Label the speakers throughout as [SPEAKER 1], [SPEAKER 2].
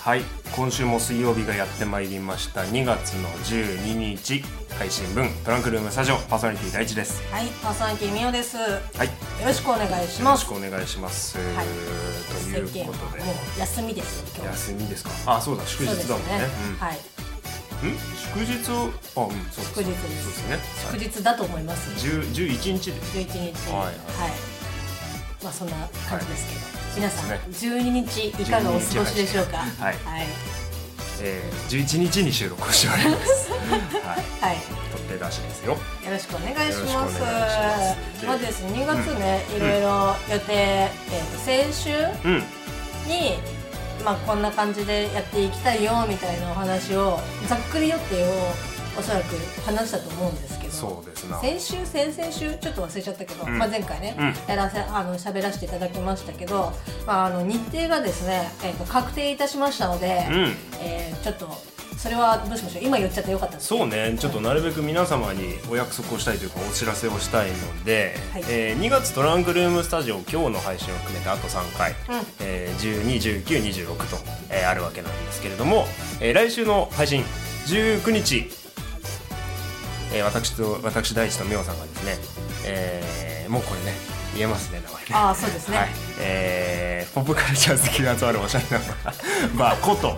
[SPEAKER 1] はい今週も水曜日がやってまいりました2月の12日配信分トランクルームスタジオパーソナリティ第一です
[SPEAKER 2] はい、パーソナリティみおです。よ
[SPEAKER 1] はいよ
[SPEAKER 2] ろしくお願いし
[SPEAKER 1] ろ
[SPEAKER 2] ま
[SPEAKER 1] し
[SPEAKER 2] す。
[SPEAKER 1] くお願いします、
[SPEAKER 2] はい
[SPEAKER 1] というこ
[SPEAKER 2] 世
[SPEAKER 1] と
[SPEAKER 2] 間はも
[SPEAKER 1] で
[SPEAKER 2] う休みですよ、今日は。
[SPEAKER 1] 休みですかあそうだ祝
[SPEAKER 2] そうで
[SPEAKER 1] 日
[SPEAKER 2] す
[SPEAKER 1] だもんね
[SPEAKER 2] はい、
[SPEAKER 1] うん、ん祝日をあうんそう
[SPEAKER 2] 祝日
[SPEAKER 1] で
[SPEAKER 2] ですす。
[SPEAKER 1] そう
[SPEAKER 2] 祝
[SPEAKER 1] ですね
[SPEAKER 2] 日だと思います。
[SPEAKER 1] 祝日11日で
[SPEAKER 2] 十一日。
[SPEAKER 1] はい
[SPEAKER 2] はい。まあそんな感じですけど、皆さ
[SPEAKER 1] そうん
[SPEAKER 2] 十二日いかがお過ごしでしょうか。
[SPEAKER 1] 日はい
[SPEAKER 2] はい。
[SPEAKER 1] えー、11日に収録をしております。 はい、
[SPEAKER 2] はい
[SPEAKER 1] 取って出しですよ。
[SPEAKER 2] よろしくお願いし
[SPEAKER 1] よろしくお願
[SPEAKER 2] ま
[SPEAKER 1] いし
[SPEAKER 2] す。
[SPEAKER 1] ます
[SPEAKER 2] まあですね、2月ね、いろいろ予定、えー先週
[SPEAKER 1] うん、うん、
[SPEAKER 2] に、まあ、こんな感じでやっていきたいよみたいなお話をざっくり予定をおそらく話したと思うんですけ
[SPEAKER 1] そ
[SPEAKER 2] ど
[SPEAKER 1] うですな。
[SPEAKER 2] 先週先々週ちょっと忘れちゃったけど、
[SPEAKER 1] うん
[SPEAKER 2] まあ、前回ね、
[SPEAKER 1] うん
[SPEAKER 2] やらせあの喋らせていただきましたけど、まあ、あの日程がですね、えーと確定いたしましたので、
[SPEAKER 1] うん、
[SPEAKER 2] えーちょっとそれはどうしましょう今言っちゃってよかったです
[SPEAKER 1] そうね、ちょっとなるべく皆様にお約束をしたいというか、お知らせをしたいので。
[SPEAKER 2] はい
[SPEAKER 1] えー2月トランクルームスタジオ、今日の配信を含めて、あと3回。
[SPEAKER 2] うん
[SPEAKER 1] えー、12、19、26と、えーあるわけなんですけれども、えー来週の配信19日、えー私と私大地と美穂さんがですね、えーもうこれね言えますね名前ね
[SPEAKER 2] ああそうですね
[SPEAKER 1] はいえーポップカルチャー好きが集まるおしゃれな バーこと、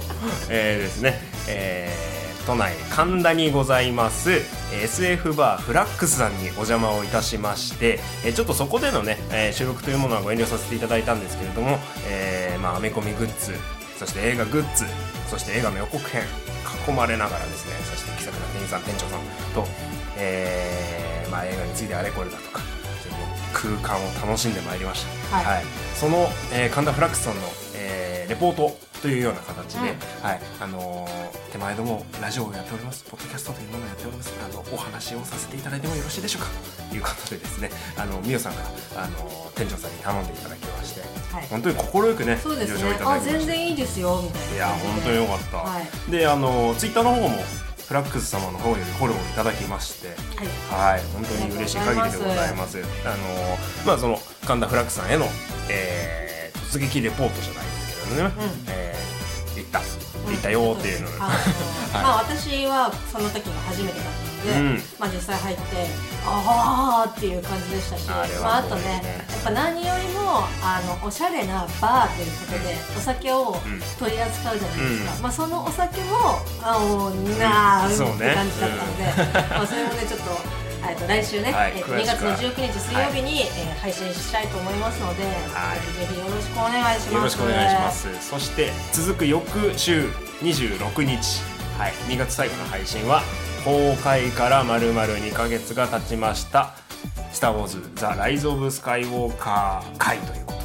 [SPEAKER 1] えーですね、えー都内神田にございますえー SF バーフラックスさんにお邪魔をいたしまして、えーちょっとそこでのね、えー収録というものはご遠慮させていただいたんですけれども、えーまあ、アメコミグッズそして映画グッズそして映画の予告編囲まれながらですねそして気さくな店員さん店長さんと、えーまあ、映画についてあれこれだとか空間を楽しんでまいりました、
[SPEAKER 2] はい
[SPEAKER 1] その、えー神田フラックスさんの、えーレポートというような形で、
[SPEAKER 2] うん
[SPEAKER 1] はいあのー手前どもラジオをやっておりますポッドキャストというものをやっておりますあのお話をさせていただいてもよろしいでしょうかということでですねあの美桜さんが、あのー店長さんに頼んでいただきまして
[SPEAKER 2] はい
[SPEAKER 1] 本当に快くね
[SPEAKER 2] そうです
[SPEAKER 1] 了承
[SPEAKER 2] ね
[SPEAKER 1] いただ
[SPEAKER 2] あ
[SPEAKER 1] きました
[SPEAKER 2] 全然いいですよみたいない
[SPEAKER 1] や本当によかった、
[SPEAKER 2] はい
[SPEAKER 1] であのツイッターの方もフラックス様の方よりフォローをいただきまして
[SPEAKER 2] は
[SPEAKER 1] は
[SPEAKER 2] い
[SPEAKER 1] い本当に嬉しい限りでございますあのまあその神田フラックスさんへの、えー突撃レポートじゃないですけどね、
[SPEAKER 2] うん
[SPEAKER 1] えー行った行ったよーっていうのを、
[SPEAKER 2] あの
[SPEAKER 1] はい
[SPEAKER 2] まあ私はその時が初めてだったので、
[SPEAKER 1] うん
[SPEAKER 2] まあ実際入ってああっていう感じでしたし
[SPEAKER 1] あれは
[SPEAKER 2] まあ、あと
[SPEAKER 1] もう
[SPEAKER 2] ね
[SPEAKER 1] いいね
[SPEAKER 2] やっぱ何よりもあのおしゃれなバーということで、お酒を
[SPEAKER 1] うん
[SPEAKER 2] 取り扱うじゃないですか、
[SPEAKER 1] う
[SPEAKER 2] まあそのお酒もあおなあ、
[SPEAKER 1] うん
[SPEAKER 2] うん
[SPEAKER 1] そう
[SPEAKER 2] っ
[SPEAKER 1] ね
[SPEAKER 2] て感じだったので、まあそれもねちょっと。 えっと来週ね、
[SPEAKER 1] はい
[SPEAKER 2] えっと
[SPEAKER 1] 詳
[SPEAKER 2] 2
[SPEAKER 1] し
[SPEAKER 2] 月
[SPEAKER 1] くは
[SPEAKER 2] の19日水曜日に、えー配信したいと思いますので、
[SPEAKER 1] はい
[SPEAKER 2] ぜひよろしくお願いします。
[SPEAKER 1] よろしくお願いしま。す。そして続く翌週26日、はい、2月最後の配信は公開からまるまる2ヶ月が経ちました「スター・ウォーズ・ザ・ライズ・オブ・スカイ・ウォーカー」回ということで。
[SPEAKER 2] はい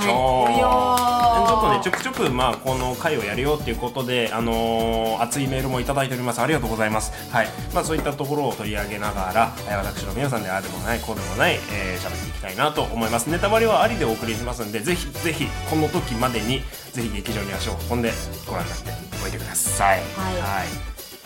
[SPEAKER 1] ちょ
[SPEAKER 2] いいよー
[SPEAKER 1] ちょっとねちょくちょくまあこの回をやるよっていうことであのー熱いメールもいただいておりますありがとうございますはいまあそういったところを取り上げながらえー私の皆さんでああでもないこうでもないえー喋、っていきたいなと思いますネタバレはありでお送りしますんでぜひぜひこの時までにぜひ劇場に足を運んでご覧になっておいてください
[SPEAKER 2] はい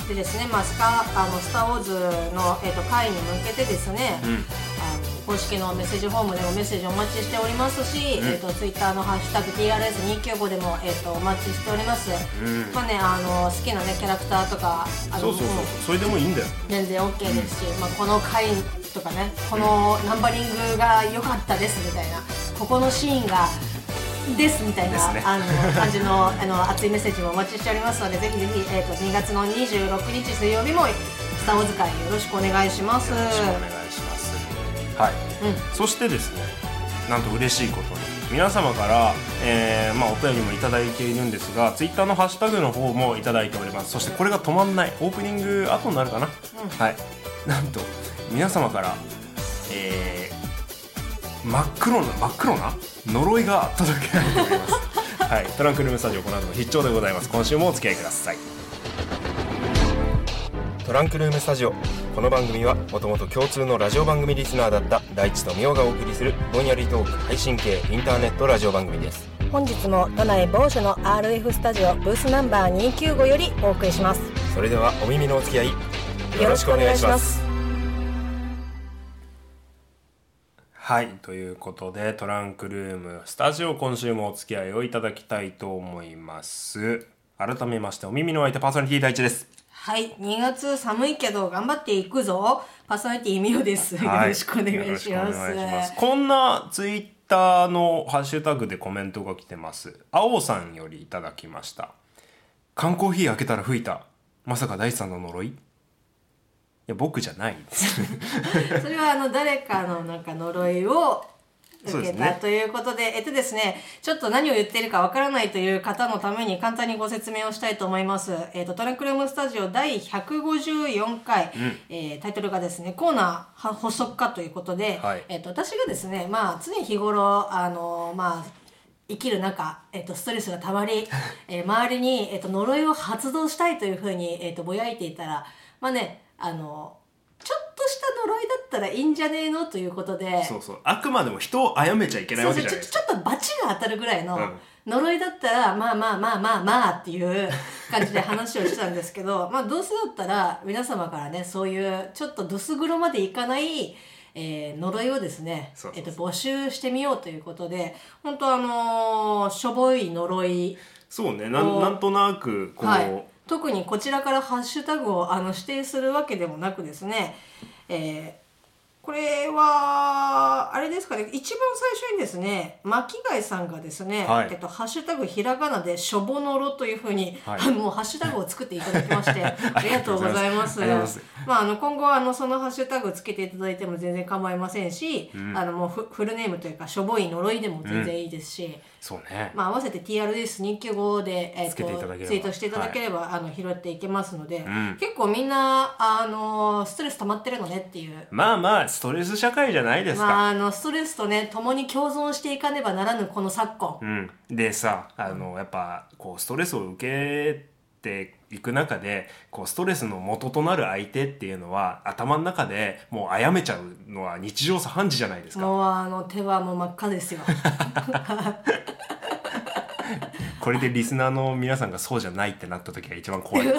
[SPEAKER 2] でですね、まあ、スカあのスター・ウォーズの、えー、と会に向けてですね、
[SPEAKER 1] うん
[SPEAKER 2] あの公式のメッセージフォームでもメッセージお待ちしておりますし、
[SPEAKER 1] うん
[SPEAKER 2] えー、とツイッターの「ハッシュタグ #TRS295」でも、えー、とお待ちしております、
[SPEAKER 1] うん
[SPEAKER 2] まあね、あの好きな、ね、キャラクターとかあの
[SPEAKER 1] そうそうそう
[SPEAKER 2] も
[SPEAKER 1] それでもいいんだよ
[SPEAKER 2] 全然 OK ですし、まあ、この回とかねこのナンバリングが良かったですみたいなここのシーンがですみたい
[SPEAKER 1] です
[SPEAKER 2] な、
[SPEAKER 1] ね
[SPEAKER 2] あの感じのあの熱いメッセージもお待ちしておりますのでぜひぜひ、えー、と2月の26日水曜日も「スター・ウォーズ会」よろしくお願いします。
[SPEAKER 1] よろしくお願いしますはい
[SPEAKER 2] うん
[SPEAKER 1] そしてですねなんと嬉しいことに皆様から、えーまあ、お便りもいただいているんですがツイッターのハッシュタグの方もいただいておりますそしてこれが止まんないオープニング後になるかな、
[SPEAKER 2] うん
[SPEAKER 1] はいなんと皆様から、えー真っ黒な真っ黒な呪いが届けられております はい、トランクルームスタジオこの後も必聴でございます今週もお付き合いくださいトランクルームスタジオこの番組はもともと共通のラジオ番組リスナーだった大地とみおがお送りするぼんやりトーク配信系インターネットラジオ番組です
[SPEAKER 2] 本日も都内某所の RF スタジオブースナンバー295よりお送りします
[SPEAKER 1] それではお耳のお付き合いよろしくお願いしますはいということでトランクルームスタジオ今週もお付き合いをいただきたいと思います改めましてお耳の相手パーソナリティ第一です
[SPEAKER 2] はい、2月寒いけど頑張っていくぞ。パーソナリティみお です。よ
[SPEAKER 1] は
[SPEAKER 2] ろしくお願いし
[SPEAKER 1] よ
[SPEAKER 2] ま
[SPEAKER 1] ろ
[SPEAKER 2] す。
[SPEAKER 1] くお願いしますこんなツイッターのハッシュタグでコメントが来てます青さんよりいただきました缶コーヒー開けたら吹いたまさか第三の呪いいや僕じゃないです
[SPEAKER 2] それはあの誰かのなんか呪いを
[SPEAKER 1] そうで
[SPEAKER 2] 受け
[SPEAKER 1] すね
[SPEAKER 2] たということで、えっとですね、ちょっと何を言ってるかわからないという方のために簡単にご説明をしたいと思います。えっと、トランクルームスタジオ第154回、えータイトルがですね、コーナーは発足かということで、
[SPEAKER 1] はい
[SPEAKER 2] えっと、私がですね、まあ、常日頃、あの、まあ、生きる中、えっと、ストレスがたまり、えー周りに、えっと、呪いを発動したいというふうに、えっと、ぼやいていたら、まあね、あの、ちょっとした呪いだったらいいんじゃねえのということで、
[SPEAKER 1] そうそうあくまでも人を殺めちゃいけない
[SPEAKER 2] そう
[SPEAKER 1] わ
[SPEAKER 2] そ
[SPEAKER 1] け
[SPEAKER 2] う
[SPEAKER 1] じゃない
[SPEAKER 2] ちょ
[SPEAKER 1] です
[SPEAKER 2] ちょっとバチが当たるぐらいの、
[SPEAKER 1] うん
[SPEAKER 2] 呪いだったらまあまあまあまあまあっていう感じで話をしてたんですけど まあどうせだったら皆様からねそういうちょっとどす黒までいかない、えー呪いをですね
[SPEAKER 1] そうそう
[SPEAKER 2] え
[SPEAKER 1] そう
[SPEAKER 2] っと募集してみようということで本当あのーしょぼい呪い
[SPEAKER 1] そうねなんなんとなくこう、
[SPEAKER 2] はい、特にこちらからハッシュタグをあの指定するわけでもなくですね、えーこれはあれですかね一番最初にですね巻貝さんがですね、
[SPEAKER 1] はい
[SPEAKER 2] えっと、ハッシュタグひらがなでしょぼのろというふうに、
[SPEAKER 1] はい
[SPEAKER 2] あのもうハッシュタグを作っていただきまし てありがとうございます。
[SPEAKER 1] ありがとうございま
[SPEAKER 2] まあ、あの今後はあのそのハッシュタグつけていただいても全然構いませんし、あのもうフフルネームというかしょぼい呪いでも全然いいですし。
[SPEAKER 1] そうね、
[SPEAKER 2] まあ、合わせて TRS295 で、えー
[SPEAKER 1] つけていただければ
[SPEAKER 2] ツイートしていただければ、あの拾っていけますので、
[SPEAKER 1] ん
[SPEAKER 2] 結構みんな、あのーストレス溜まってるのねっていう。
[SPEAKER 1] まあまあストレス社会じゃないですか、
[SPEAKER 2] まあ、あのストレスとね共に共存していかねばならぬこの昨今、
[SPEAKER 1] うん、でさあのやっぱこうストレスを受けていく中でこうストレスの元となる相手っていうのは頭の中でもうあやめちゃうのは日常茶飯事じゃないですか
[SPEAKER 2] もうあの手はもう真っ 赤ですよ
[SPEAKER 1] これでリスナーの皆さんがそうじゃないってなった時が一番怖い、う
[SPEAKER 2] い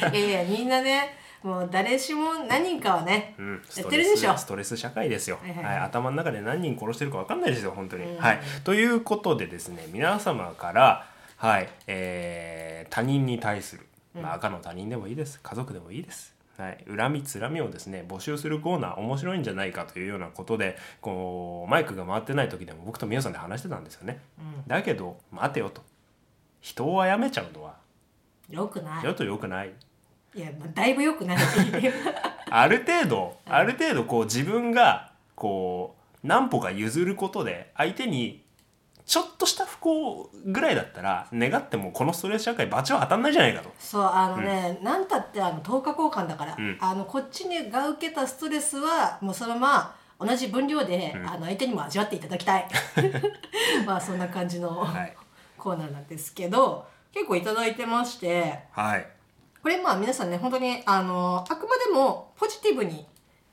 [SPEAKER 2] やいやみんなねもう誰しも何人かはね、
[SPEAKER 1] ん、
[SPEAKER 2] やってるでしょ
[SPEAKER 1] ストレス社会ですよ、
[SPEAKER 2] はいはい
[SPEAKER 1] はい、頭の中で何人殺してるか分かんないですよ本当に、はい、ということでですね皆様から、はいえー他人に対する、まあ、赤の他人でもいいです家族でもいいです、はい、恨みつらみをですね募集するコーナー面白いんじゃないかというようなことでこうマイクが回ってない時でも僕と皆さんで話してたんですよね、だけど待てよと人を殺めちゃうのは
[SPEAKER 2] よくない
[SPEAKER 1] よとよくない
[SPEAKER 2] いや、まあ、だいぶよくない
[SPEAKER 1] ある程度ある程度こう自分がこう何歩か譲ることで相手にちょっとした不幸ぐらいだったら願ってもこのストレス社会バチは当たんないじゃないかと。
[SPEAKER 2] そうあのね、なんたってあの等価交換だから、
[SPEAKER 1] ん
[SPEAKER 2] あのこっちにが受けたストレスはもうそのまま同じ分量で、あの相手にも味わっていただき たいまあそんな感じの、
[SPEAKER 1] はい
[SPEAKER 2] コーナーなんですけど結構いただいてまして
[SPEAKER 1] はい、
[SPEAKER 2] これまあ皆さんね本当にあのあくまでもポジティブに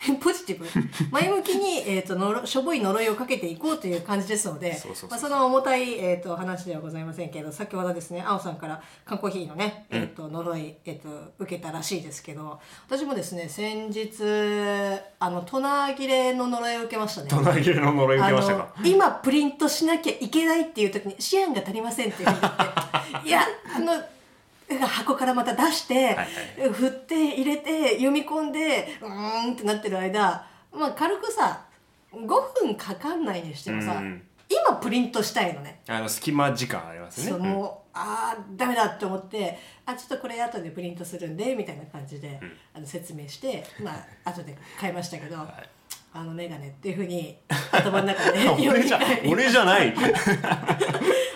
[SPEAKER 2] ポ ジティブ前向きにえーとのろしょぼい呪いをかけていこうという感じですので
[SPEAKER 1] そうそうそう
[SPEAKER 2] まあその重たい、えー、と話ではございませんけど先ほどですね青さんから缶コーヒーのね、えー、と呪い、えー、と受けたらしいですけど私もですね先日あのトナー切れの呪いを受けましたね。
[SPEAKER 1] 隣の呪い受
[SPEAKER 2] あ
[SPEAKER 1] け
[SPEAKER 2] の
[SPEAKER 1] ましたか
[SPEAKER 2] 今プリントしなきゃいけないっていう時に「支援が足りません」って言われ ていやあの箱からまた出して、振って入れて読み込んでうーんってなってる間、まあ、軽くさ5分かかんないにしてもさ、
[SPEAKER 1] うん
[SPEAKER 2] 今プリントしたいのね。
[SPEAKER 1] あの隙間時間ありますね
[SPEAKER 2] そうもうあーダメだって思ってあちょっとこれ後でプリントするんでみたいな感じで、あの説明してま あ後で買いましたけど、あの眼鏡っていうふうに頭の 中で
[SPEAKER 1] うん
[SPEAKER 2] 読
[SPEAKER 1] 俺
[SPEAKER 2] み
[SPEAKER 1] じゃ
[SPEAKER 2] 返り
[SPEAKER 1] 俺じゃない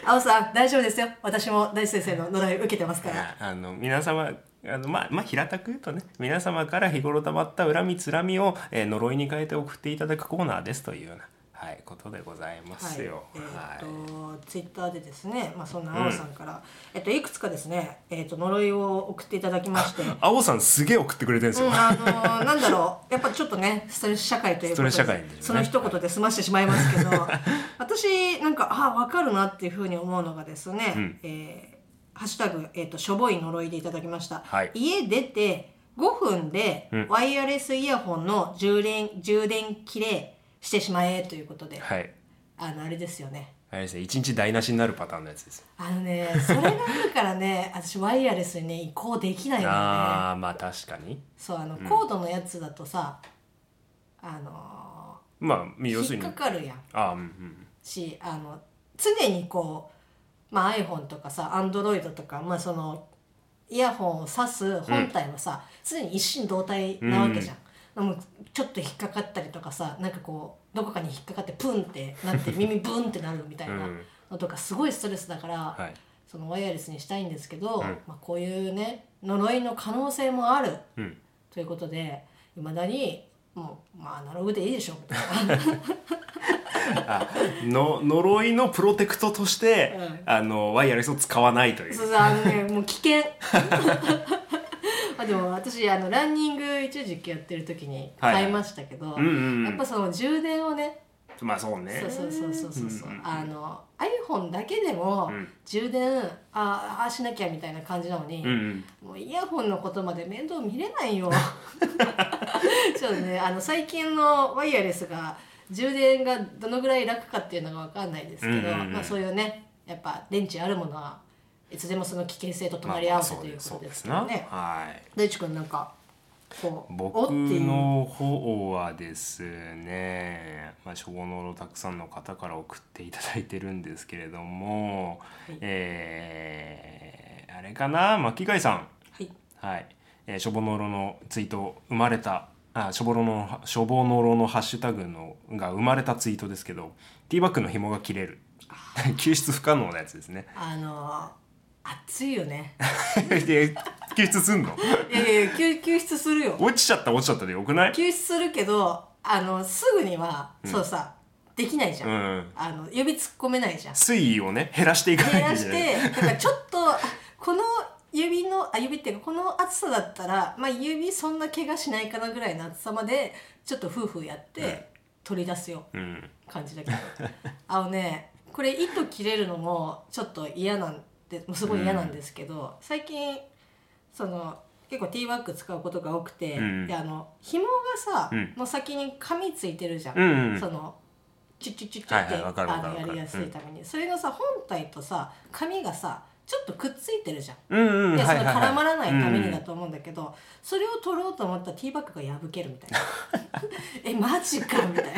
[SPEAKER 2] 青さん大丈夫ですよ私も大地先生の呪い受けてますから
[SPEAKER 1] あの皆様あのまあまあ平たく言うとね皆様から日頃たまった恨みつらみを、えー呪いに変えて送っていただくコーナーですというような、はい、ことでございますよ。
[SPEAKER 2] はいえ
[SPEAKER 1] はい
[SPEAKER 2] ーっとツイッターでですね、まあ、そんな青さんから、えっと、いくつかですね、えっと呪いを送っていただきまして、うん、
[SPEAKER 1] 青さんすげえ送ってくれてるんですよ、
[SPEAKER 2] あのーなんだろうやっぱちょっとねストレス社会ということで
[SPEAKER 1] ストレス社会ですね
[SPEAKER 2] その一言で済ましてしまいます けど、私なんかああ分かるなっていうふうに思うのがですね、えーハッシュタグ、えっとしょぼい呪い」でいただきました、
[SPEAKER 1] はい
[SPEAKER 2] 家出て5分でワイヤレスイヤホンの充電充電切れしてしまえということで、
[SPEAKER 1] はい
[SPEAKER 2] あのあれですよね、
[SPEAKER 1] えれですね一日台無しになるパターンのやつです
[SPEAKER 2] あのねそれがあるからね私ワイヤレスにね移行できないのよね
[SPEAKER 1] ああまあ確かに
[SPEAKER 2] そうあの
[SPEAKER 1] ん
[SPEAKER 2] コードのやつだとさ、あの
[SPEAKER 1] まあ
[SPEAKER 2] ー
[SPEAKER 1] 要する
[SPEAKER 2] 引っ
[SPEAKER 1] に
[SPEAKER 2] かかるやん
[SPEAKER 1] あーうんうん
[SPEAKER 2] しあの常にこう、まあ、iPhone とかさ Android とか、まあ、そのイヤホンを挿す本体はさ、常に一心同体なわけじゃん。もうちょっと引っかかったりとかさなんかこうどこかに引っかかってプンってな って耳ブンってなるみたいなのとかすごいストレスだから、
[SPEAKER 1] はい
[SPEAKER 2] そのワイヤレスにしたいんですけど、
[SPEAKER 1] ん
[SPEAKER 2] まあ、こういうね呪いの可能性もある
[SPEAKER 1] うん
[SPEAKER 2] ということでいまだにもう、まあ、アナログでいいでしょみ たいな
[SPEAKER 1] あの呪いのプロテクトとして、
[SPEAKER 2] う
[SPEAKER 1] あのワイヤレスを使わないという
[SPEAKER 2] そうそうあのねもう危険 まあでも私あのランニング一時期やってる時に
[SPEAKER 1] はい
[SPEAKER 2] 買いましたけど、
[SPEAKER 1] うんうんうん
[SPEAKER 2] やっぱその充電をね
[SPEAKER 1] まあそうね
[SPEAKER 2] そうそうそうそうそうそう
[SPEAKER 1] うんうんうん
[SPEAKER 2] あの iPhone だけでも
[SPEAKER 1] うん
[SPEAKER 2] 充電、ああーしなきゃみたいな感じなのに、
[SPEAKER 1] うんうん
[SPEAKER 2] もうイヤホンのことまで面倒見れないよ ちょっとねあの最近のワイヤレスが充電がどのぐらい楽かっていうのが分かんないですけど、
[SPEAKER 1] うんうんうん
[SPEAKER 2] まあ、そういうねやっぱ電池あるものはいつでもその危険性と隣り合わせということですから
[SPEAKER 1] まあまあそう
[SPEAKER 2] ね
[SPEAKER 1] そう。はい
[SPEAKER 2] 大地君なんかこう
[SPEAKER 1] 僕
[SPEAKER 2] おっていう
[SPEAKER 1] の方はですね、まあ、小脳をたくさんの方から送っていただいてるんですけれども、
[SPEAKER 2] はい
[SPEAKER 1] えーあれかな巻貝さん
[SPEAKER 2] はい
[SPEAKER 1] はい、えー、しょぼのろのツイート生まれたあしょぼろのしょぼのろのハッシュタグのが生まれたツイートですけどティーバッグの紐が切れる 救出不可能なやつですね
[SPEAKER 2] あの暑いよね
[SPEAKER 1] で救出すんの
[SPEAKER 2] いやいやいや救救出するよ
[SPEAKER 1] 落ちちゃった落ちちゃったでよくない
[SPEAKER 2] 救出するけどあのすぐには、そうさできないじゃん、
[SPEAKER 1] うん
[SPEAKER 2] あの指突っ込めないじゃん
[SPEAKER 1] 水位をね減らしていかな
[SPEAKER 2] 減
[SPEAKER 1] いと
[SPEAKER 2] ら
[SPEAKER 1] い
[SPEAKER 2] し
[SPEAKER 1] けない
[SPEAKER 2] てだからちょっとあこの指のあ指っていうかこの厚さだったら、まあ、指そんな怪我しないかなぐらいの厚さまでちょっと夫婦やって、取り出すよ
[SPEAKER 1] うん
[SPEAKER 2] 感じだけどあのねこれ糸切れるのもちょっと嫌なんでもうすごい嫌なんですけど、最近その結構ティーバッグ使うことが多くて、
[SPEAKER 1] うん
[SPEAKER 2] であの紐がさ、
[SPEAKER 1] うん
[SPEAKER 2] の先に紙ついてるじゃん、
[SPEAKER 1] うんうん
[SPEAKER 2] そのチュッチュッチュッチュっ
[SPEAKER 1] は
[SPEAKER 2] て、
[SPEAKER 1] いはいわかるわかる
[SPEAKER 2] あの
[SPEAKER 1] わ
[SPEAKER 2] や
[SPEAKER 1] かる
[SPEAKER 2] りやすいために、それのさ本体とさ紙がさちょっとくっついてるじゃん。
[SPEAKER 1] うんうん
[SPEAKER 2] でそ
[SPEAKER 1] は
[SPEAKER 2] の
[SPEAKER 1] いはいはい
[SPEAKER 2] 絡まらないためにだと思うんだけど、それを取ろうと思ったらティーバッグが破けるみ たいなえマジかみたいな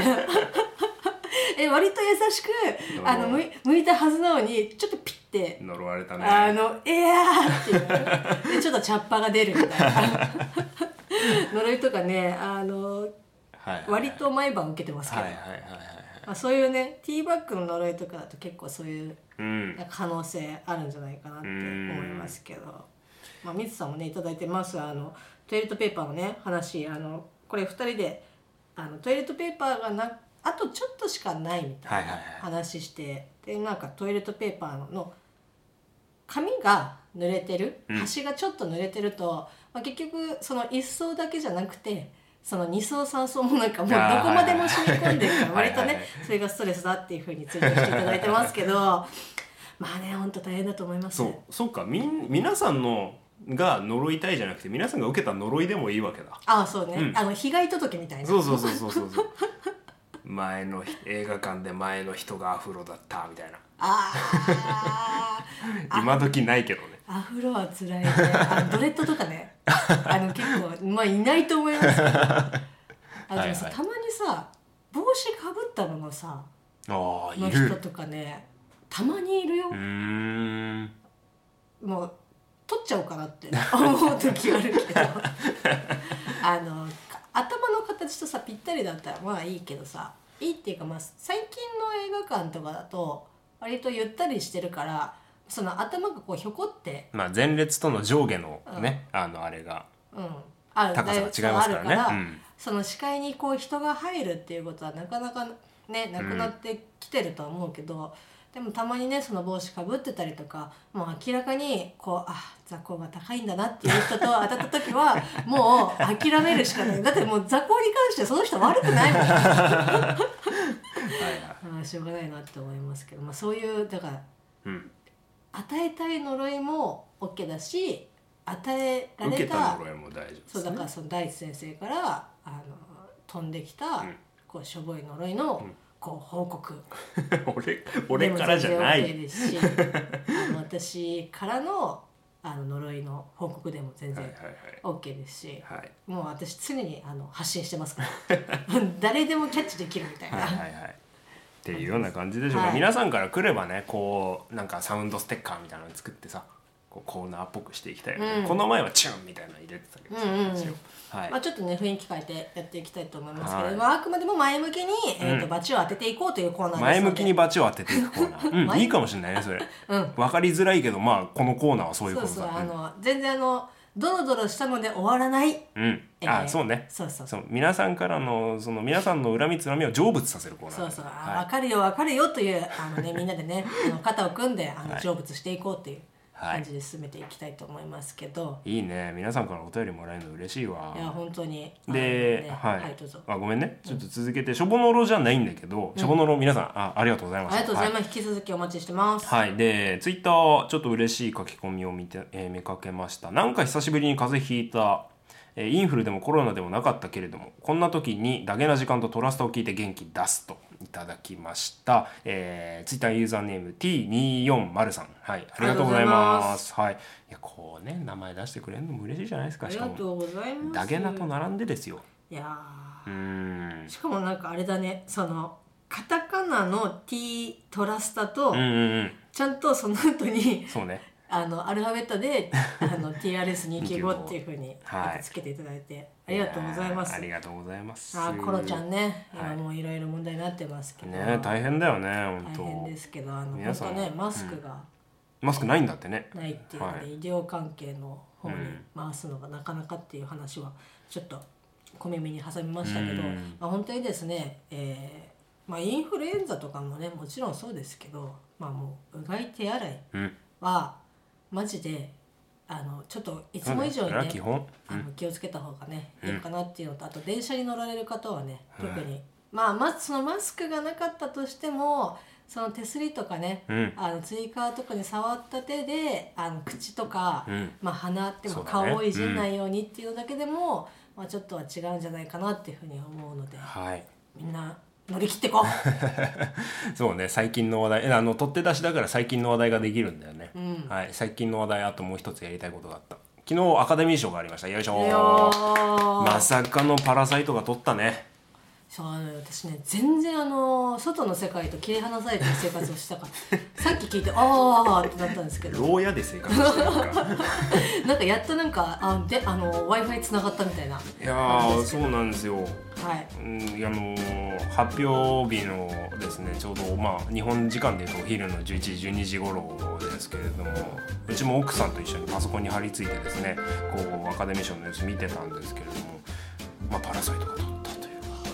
[SPEAKER 2] え割と優しく
[SPEAKER 1] どうも
[SPEAKER 2] あのむい向いたはずなのにちょっとピッて
[SPEAKER 1] うん呪われたね
[SPEAKER 2] あの「えやー!」って いうでちょっと茶っ葉が出るみたいな 呪いとかねあの
[SPEAKER 1] はいはいはい
[SPEAKER 2] 割と毎晩受けてますけ
[SPEAKER 1] は
[SPEAKER 2] ど、
[SPEAKER 1] いはいはいはいはい
[SPEAKER 2] まあ、そういうねティーバッグの呪いとかだと結構そういう
[SPEAKER 1] うん
[SPEAKER 2] 可能性あるんじゃないかなって思いますけど、まあ、水さんもね頂いただいてますあのトイレットペーパーのね話あのこれ2人であのトイレットペーパーがなあとちょっとしかないみた
[SPEAKER 1] は
[SPEAKER 2] い
[SPEAKER 1] い
[SPEAKER 2] な
[SPEAKER 1] はいはい
[SPEAKER 2] 話して、でなんかトイレットペーパーの紙が濡れてる
[SPEAKER 1] ん
[SPEAKER 2] 端がちょっと濡れてると、まあ、結局その1層だけじゃなくてその2層3層もなんかもうど
[SPEAKER 1] あー
[SPEAKER 2] こまでも染み込んでるから
[SPEAKER 1] はい
[SPEAKER 2] 割
[SPEAKER 1] はい
[SPEAKER 2] と
[SPEAKER 1] はい
[SPEAKER 2] ねそれがストレスだっていうふうについてきていただいてます けどまあね本当大変だと思います
[SPEAKER 1] そうそうかみん皆さんのが呪いたいじゃなくて皆さんが受けた呪いでもいいわけだ
[SPEAKER 2] ああそうね、
[SPEAKER 1] うん
[SPEAKER 2] あの被害届みたいな
[SPEAKER 1] そうそうそうそうそう そう前の日映画館で前の人がアフロだったみたいな
[SPEAKER 2] ああ
[SPEAKER 1] 今時ないけどね
[SPEAKER 2] アフロは辛いねあのドレッドとか ねあの結構まあいないと思いますけどあでもさ
[SPEAKER 1] はいはい
[SPEAKER 2] たまにさ帽子かぶったののさ
[SPEAKER 1] ああ
[SPEAKER 2] の
[SPEAKER 1] い
[SPEAKER 2] 人
[SPEAKER 1] る
[SPEAKER 2] とかねたまにいるよ
[SPEAKER 1] う、ーん
[SPEAKER 2] もう取っちゃおうかなって 思う時ある けどあのか頭の形とさぴったりだったらまあいいけどさいいっていうか、まあ、最近の映画館とかだと割とゆったりしてるからその頭がこうひょこって
[SPEAKER 1] まあ前列との上下のね、あのあれが
[SPEAKER 2] うん、ある
[SPEAKER 1] 高さが違いますからね
[SPEAKER 2] ある
[SPEAKER 1] うん
[SPEAKER 2] その視界にこう人が入るっていうことはなかなかねなくなってきてるとは思うけど、でもたまにねその帽子かぶってたりとかもう明らかにこうあ座高が高いんだなっていう人と当たった 時はもう諦めるしかないだってもう座高に関してその人悪くないもん
[SPEAKER 1] はい
[SPEAKER 2] あ
[SPEAKER 1] はい
[SPEAKER 2] ーしょうがないなって思いますけど、まあ、そういうだから
[SPEAKER 1] うん
[SPEAKER 2] 与えたい呪いも OK だし与えら
[SPEAKER 1] 受け
[SPEAKER 2] れ
[SPEAKER 1] た
[SPEAKER 2] た
[SPEAKER 1] 呪いも大丈夫です、ね、
[SPEAKER 2] そうだからその大地先生からあの飛んできた、
[SPEAKER 1] うん
[SPEAKER 2] こうしょぼい呪いのご報告
[SPEAKER 1] 俺俺からじゃな
[SPEAKER 2] でも
[SPEAKER 1] い
[SPEAKER 2] 全然 OK ですし あの私からのあの呪いの報告でも全
[SPEAKER 1] はいは
[SPEAKER 2] 然
[SPEAKER 1] い
[SPEAKER 2] OK ですし、
[SPEAKER 1] はいはい
[SPEAKER 2] もう私常にあの発信してますから 誰でもキャッチできるみたいな、
[SPEAKER 1] はいはいはいっていうような感じでしょうか、
[SPEAKER 2] はい
[SPEAKER 1] 皆さんから来ればねこうなんかサウンドステッカーみたいなの作ってさこうコーナーっぽくしていきたいよね、
[SPEAKER 2] うん
[SPEAKER 1] この前はチュンみたいなの入れてたけどさ、
[SPEAKER 2] うんうんうん
[SPEAKER 1] 私をはい
[SPEAKER 2] まあ、ちょっとね雰囲気変えてやっていきたいと思いますけれども、
[SPEAKER 1] は
[SPEAKER 2] あくまでも前向きに、えー、と
[SPEAKER 1] うん
[SPEAKER 2] バチを当てていこうというコーナーですので
[SPEAKER 1] 前向きにバチを当てていくコーナー、うん、
[SPEAKER 2] 前
[SPEAKER 1] いいかもしれないねそれ、
[SPEAKER 2] うん
[SPEAKER 1] 分かりづらいけどまあこのコーナーはそういう
[SPEAKER 2] そ
[SPEAKER 1] こ
[SPEAKER 2] う
[SPEAKER 1] と
[SPEAKER 2] そう
[SPEAKER 1] だ
[SPEAKER 2] あの全然あのドロドロしたので終わらない、
[SPEAKER 1] うん、うん
[SPEAKER 2] えー
[SPEAKER 1] あそうね
[SPEAKER 2] そうそう
[SPEAKER 1] そ
[SPEAKER 2] そ
[SPEAKER 1] うう皆さんからのその皆さんの恨みつらみを成仏させるコーナー
[SPEAKER 2] そうそう、あ
[SPEAKER 1] はい
[SPEAKER 2] 分かるよ分かるよというあ の、ね、みんなでねあの肩を組んであの
[SPEAKER 1] はい
[SPEAKER 2] 成仏していこうという
[SPEAKER 1] はい
[SPEAKER 2] 感じで進めていきたいと思いますけど、
[SPEAKER 1] いいね皆さんからお便りもらえるの嬉しいわ
[SPEAKER 2] い、や本当に
[SPEAKER 1] で、
[SPEAKER 2] あのね
[SPEAKER 1] はい、
[SPEAKER 2] どうぞ
[SPEAKER 1] あごめんねちょっと続けて、しょぼのろじゃないんだけど、しょぼのろ皆さんあありがとうございま
[SPEAKER 2] あり
[SPEAKER 1] す
[SPEAKER 2] がとうございます、引き続きお待ちしてます、
[SPEAKER 1] はい、でツイッターちょっと嬉しい書き込みを見て、えー見かけましたなんか久しぶりに風邪ひいた、えーインフルでもコロナでもなかったけれどもこんな時にダゲな時間とトラストを聞いて元気出すといただきました、えー、ツイッターユーザーネーム T240 さんはいありがとうございますはいいやこうね名前出してくれるのも嬉しいじゃないです
[SPEAKER 2] あ
[SPEAKER 1] か
[SPEAKER 2] り
[SPEAKER 1] し
[SPEAKER 2] が
[SPEAKER 1] か
[SPEAKER 2] と
[SPEAKER 1] も
[SPEAKER 2] うございます
[SPEAKER 1] ダゲナと並んでですよ
[SPEAKER 2] いや
[SPEAKER 1] うーん
[SPEAKER 2] ーしかもなんかあれだねそのカタカナの T トラスタと、
[SPEAKER 1] うんうんうん
[SPEAKER 2] ちゃんとその後に
[SPEAKER 1] そうね
[SPEAKER 2] あのアルファベットであ の TRS295 っていうふうに
[SPEAKER 1] はい
[SPEAKER 2] つけていただいて、ありがとうございます
[SPEAKER 1] やーありがとうございます
[SPEAKER 2] あーコロちゃんね、
[SPEAKER 1] はい
[SPEAKER 2] 今もういろいろ問題になってますけど
[SPEAKER 1] ね大変だよね
[SPEAKER 2] 大
[SPEAKER 1] 本当
[SPEAKER 2] 変ですけどあの
[SPEAKER 1] 皆
[SPEAKER 2] 本
[SPEAKER 1] さん
[SPEAKER 2] 当ねマスクが
[SPEAKER 1] マスクないんだってね
[SPEAKER 2] ないっていうので、
[SPEAKER 1] はい
[SPEAKER 2] 医療関係の方に
[SPEAKER 1] うん
[SPEAKER 2] 回すのがなかなかっていう話はちょっと小耳に挟みましたけど、
[SPEAKER 1] うん
[SPEAKER 2] まあ、本当にですね、えーまあ、インフルエンザとかもねもちろんそうですけど、まあ、もううがい手洗い
[SPEAKER 1] うん
[SPEAKER 2] はマジであのちょっといつも以上
[SPEAKER 1] そ
[SPEAKER 2] に
[SPEAKER 1] れは
[SPEAKER 2] ね
[SPEAKER 1] 基本う
[SPEAKER 2] あの
[SPEAKER 1] ん
[SPEAKER 2] 気をつけた方がね、
[SPEAKER 1] うん
[SPEAKER 2] いいかなっていうのとあと電車に乗られる方はね
[SPEAKER 1] うん
[SPEAKER 2] 特に、まあまずそのマスクがなかったとしてもその手すりとかね
[SPEAKER 1] うん
[SPEAKER 2] あの追加とかに触った手であの口とか、
[SPEAKER 1] うん
[SPEAKER 2] まあ、鼻って
[SPEAKER 1] そ
[SPEAKER 2] も
[SPEAKER 1] うだね
[SPEAKER 2] 顔をいじんないようにっていうのだけでも、まあ、ちょっとは違うんじゃないかなっていうふうに思うので
[SPEAKER 1] はい
[SPEAKER 2] みんな乗り切ってこ
[SPEAKER 1] そうね最近の話題えあの取って出しだから最近の話題ができるんだよね
[SPEAKER 2] う、うん、
[SPEAKER 1] はい最近の話題あともう一つやりたいことがあった昨日アカデミー賞がありましたよいしょ
[SPEAKER 2] いやー
[SPEAKER 1] まさかのパラサイトが取ったね
[SPEAKER 2] そうあの私ね全然あの外の世界と切り離されてる生活をしてたから さっき聞いてああってなったんですけど
[SPEAKER 1] 牢屋で生活してるから
[SPEAKER 2] なんかやっとなんかあであの w i f i つながったみたいなはい
[SPEAKER 1] やーそうなんですようん、あのー発表日のですねちょうど、まあ、日本時間でいうとお昼の11時12時頃ですけれどもうちも奥さんと一緒にパソコンに張り付いてですねこうアカデミー賞の様子見てたんですけれども、まあ、パラサイトが撮ったというこ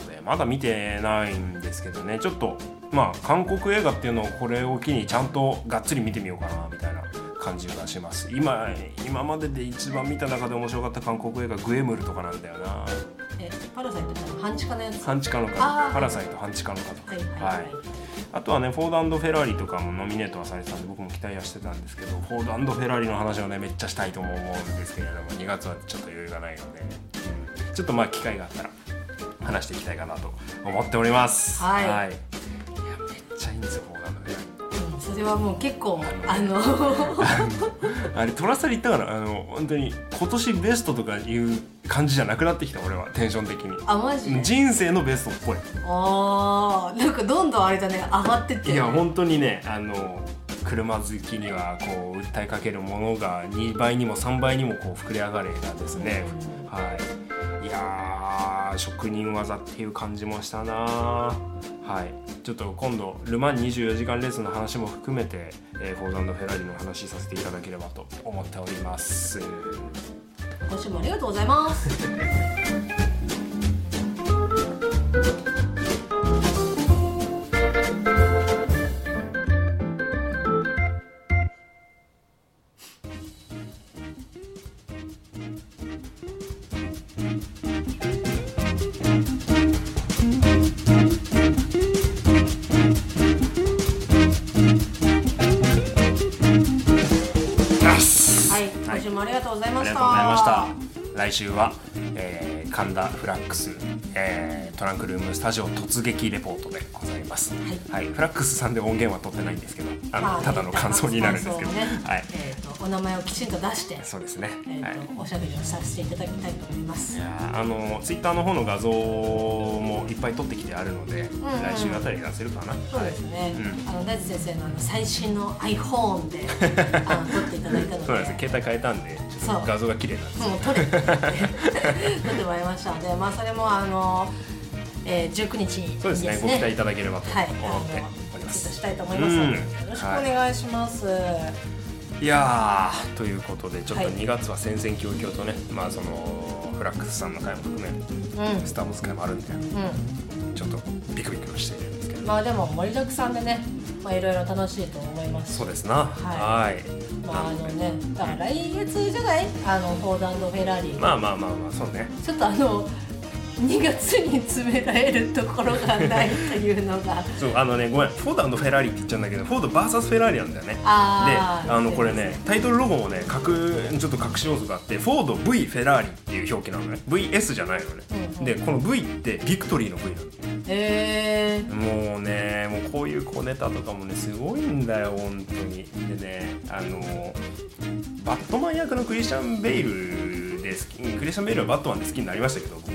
[SPEAKER 1] とでまだ見てないんですけどねちょっとまあ韓国映画っていうのをこれを機にちゃんとがっつり見てみようかなみたいな感じがします今今までで一番見た中で面白かった韓国映画「グエムル」とかなんだよな。
[SPEAKER 2] えパラサイトってあの半地下のやつは
[SPEAKER 1] 半地下の
[SPEAKER 2] あ
[SPEAKER 1] 方
[SPEAKER 2] ー
[SPEAKER 1] パラサイト半地下の方
[SPEAKER 2] いはいはい、
[SPEAKER 1] はいあとはねフォードフェラーリとかもノミネートはされてたんで僕も期待はしてたんですけどフォードフェラーリの話をねめっちゃしたいとも思うんですけれども2月はちょっと余裕がないので、うんちょっとまあ機会があったら話していきたいかなと思っております
[SPEAKER 2] はい
[SPEAKER 1] い、やめっちゃいいんですよフォードフェラーリ
[SPEAKER 2] うん、それはもう結構あ の
[SPEAKER 1] あれトラスタリ行ったからあの本当に今年ベストとかいう感じじゃなくなってきた俺はテンション的に
[SPEAKER 2] あマジで
[SPEAKER 1] 人生のベストっぽい
[SPEAKER 2] あーなんかどんどんあれだね上がってって
[SPEAKER 1] い
[SPEAKER 2] る
[SPEAKER 1] や本当にねあの車好きにはこう訴えかけるものが2倍にも3倍にもこう膨れ上がる映画ですね、はいいやー職人技っていう感じもしたなはいちょっと今度ル・マン24時間レースの話も含めて、えーフォードフェラーリの話させていただければと思っております
[SPEAKER 2] 今週もありがとうございます
[SPEAKER 1] ナイスあ
[SPEAKER 2] はい今週もありがとうございま
[SPEAKER 1] り
[SPEAKER 2] し
[SPEAKER 1] が
[SPEAKER 2] た、
[SPEAKER 1] とうございました。来週は、えー神田フラックス、えートランクルームスタジオ突撃レポートでございます、はいフラックスさんで音源は取ってないんですけどあの、
[SPEAKER 2] まあ
[SPEAKER 1] ただの感想になるんですけど、
[SPEAKER 2] 感想をね
[SPEAKER 1] はい、
[SPEAKER 2] えーとお名前をきちんと出して、
[SPEAKER 1] そうですね、
[SPEAKER 2] えーと
[SPEAKER 1] はい
[SPEAKER 2] おしゃべりをさせていただきたいと思います
[SPEAKER 1] い。やーあのツイッターの方の画像もいっぱい撮ってきてあるので、
[SPEAKER 2] んうん
[SPEAKER 1] 来週あたり出せるかな、
[SPEAKER 2] そうですね。
[SPEAKER 1] う
[SPEAKER 2] あの大地先生のあの最新の iPhone であの撮っていただいたので、
[SPEAKER 1] そうなんです携帯変えたんでちょっ
[SPEAKER 2] そう
[SPEAKER 1] と画像が綺麗なんですよ
[SPEAKER 2] もう撮れって撮ってもらいましたので、まあそれもあの、えー、19日に
[SPEAKER 1] そうですねご期待いただければと思
[SPEAKER 2] はい、
[SPEAKER 1] っておりま
[SPEAKER 2] ツイートし
[SPEAKER 1] す、
[SPEAKER 2] たいと思いますので、
[SPEAKER 1] うん
[SPEAKER 2] よろしくお願いします。
[SPEAKER 1] い、やーということでちょっと
[SPEAKER 2] はい
[SPEAKER 1] 2月は戦々恐々とね、まあそのフラックスさんの回も含めスター・ウォーズ回もあるんで
[SPEAKER 2] うん、うん。
[SPEAKER 1] ちょっとビクビクしているんですけど
[SPEAKER 2] まあでも盛りだくさんでね、まあいろいろ楽しいと思います。
[SPEAKER 1] そうですなは
[SPEAKER 2] はいまあ
[SPEAKER 1] な
[SPEAKER 2] あの
[SPEAKER 1] ので
[SPEAKER 2] ね、だから来月じゃない？あのフォードフェラーリ。
[SPEAKER 1] まあまあまあまあそうね
[SPEAKER 2] ちょっとあの2月に詰められるところがないっていうのが
[SPEAKER 1] そうあのねごめんフォードフェラーリって言っちゃうんだけどフォード VS フェラーリなんだよねで
[SPEAKER 2] あー
[SPEAKER 1] あのこれねタイトルロゴもね隠ちょっと隠し要素があってフォード V フェラーリっていう表記なのね VS じゃないのね、
[SPEAKER 2] うんうん
[SPEAKER 1] でこの V ってビクトリーの V なの
[SPEAKER 2] へえ
[SPEAKER 1] もうねもうこういう小ネタとかもねすごいんだよ本当にでねあのバットマン役のクリスチャン・ベイルで好きクリスチャン・ベイルはバットマンで好きになりましたけど僕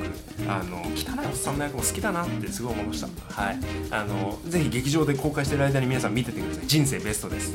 [SPEAKER 1] あの汚いおっさんの役も好きだなってすごい思いましたはいあのぜひ劇場で公開してる間に皆さん見ててください人生ベストです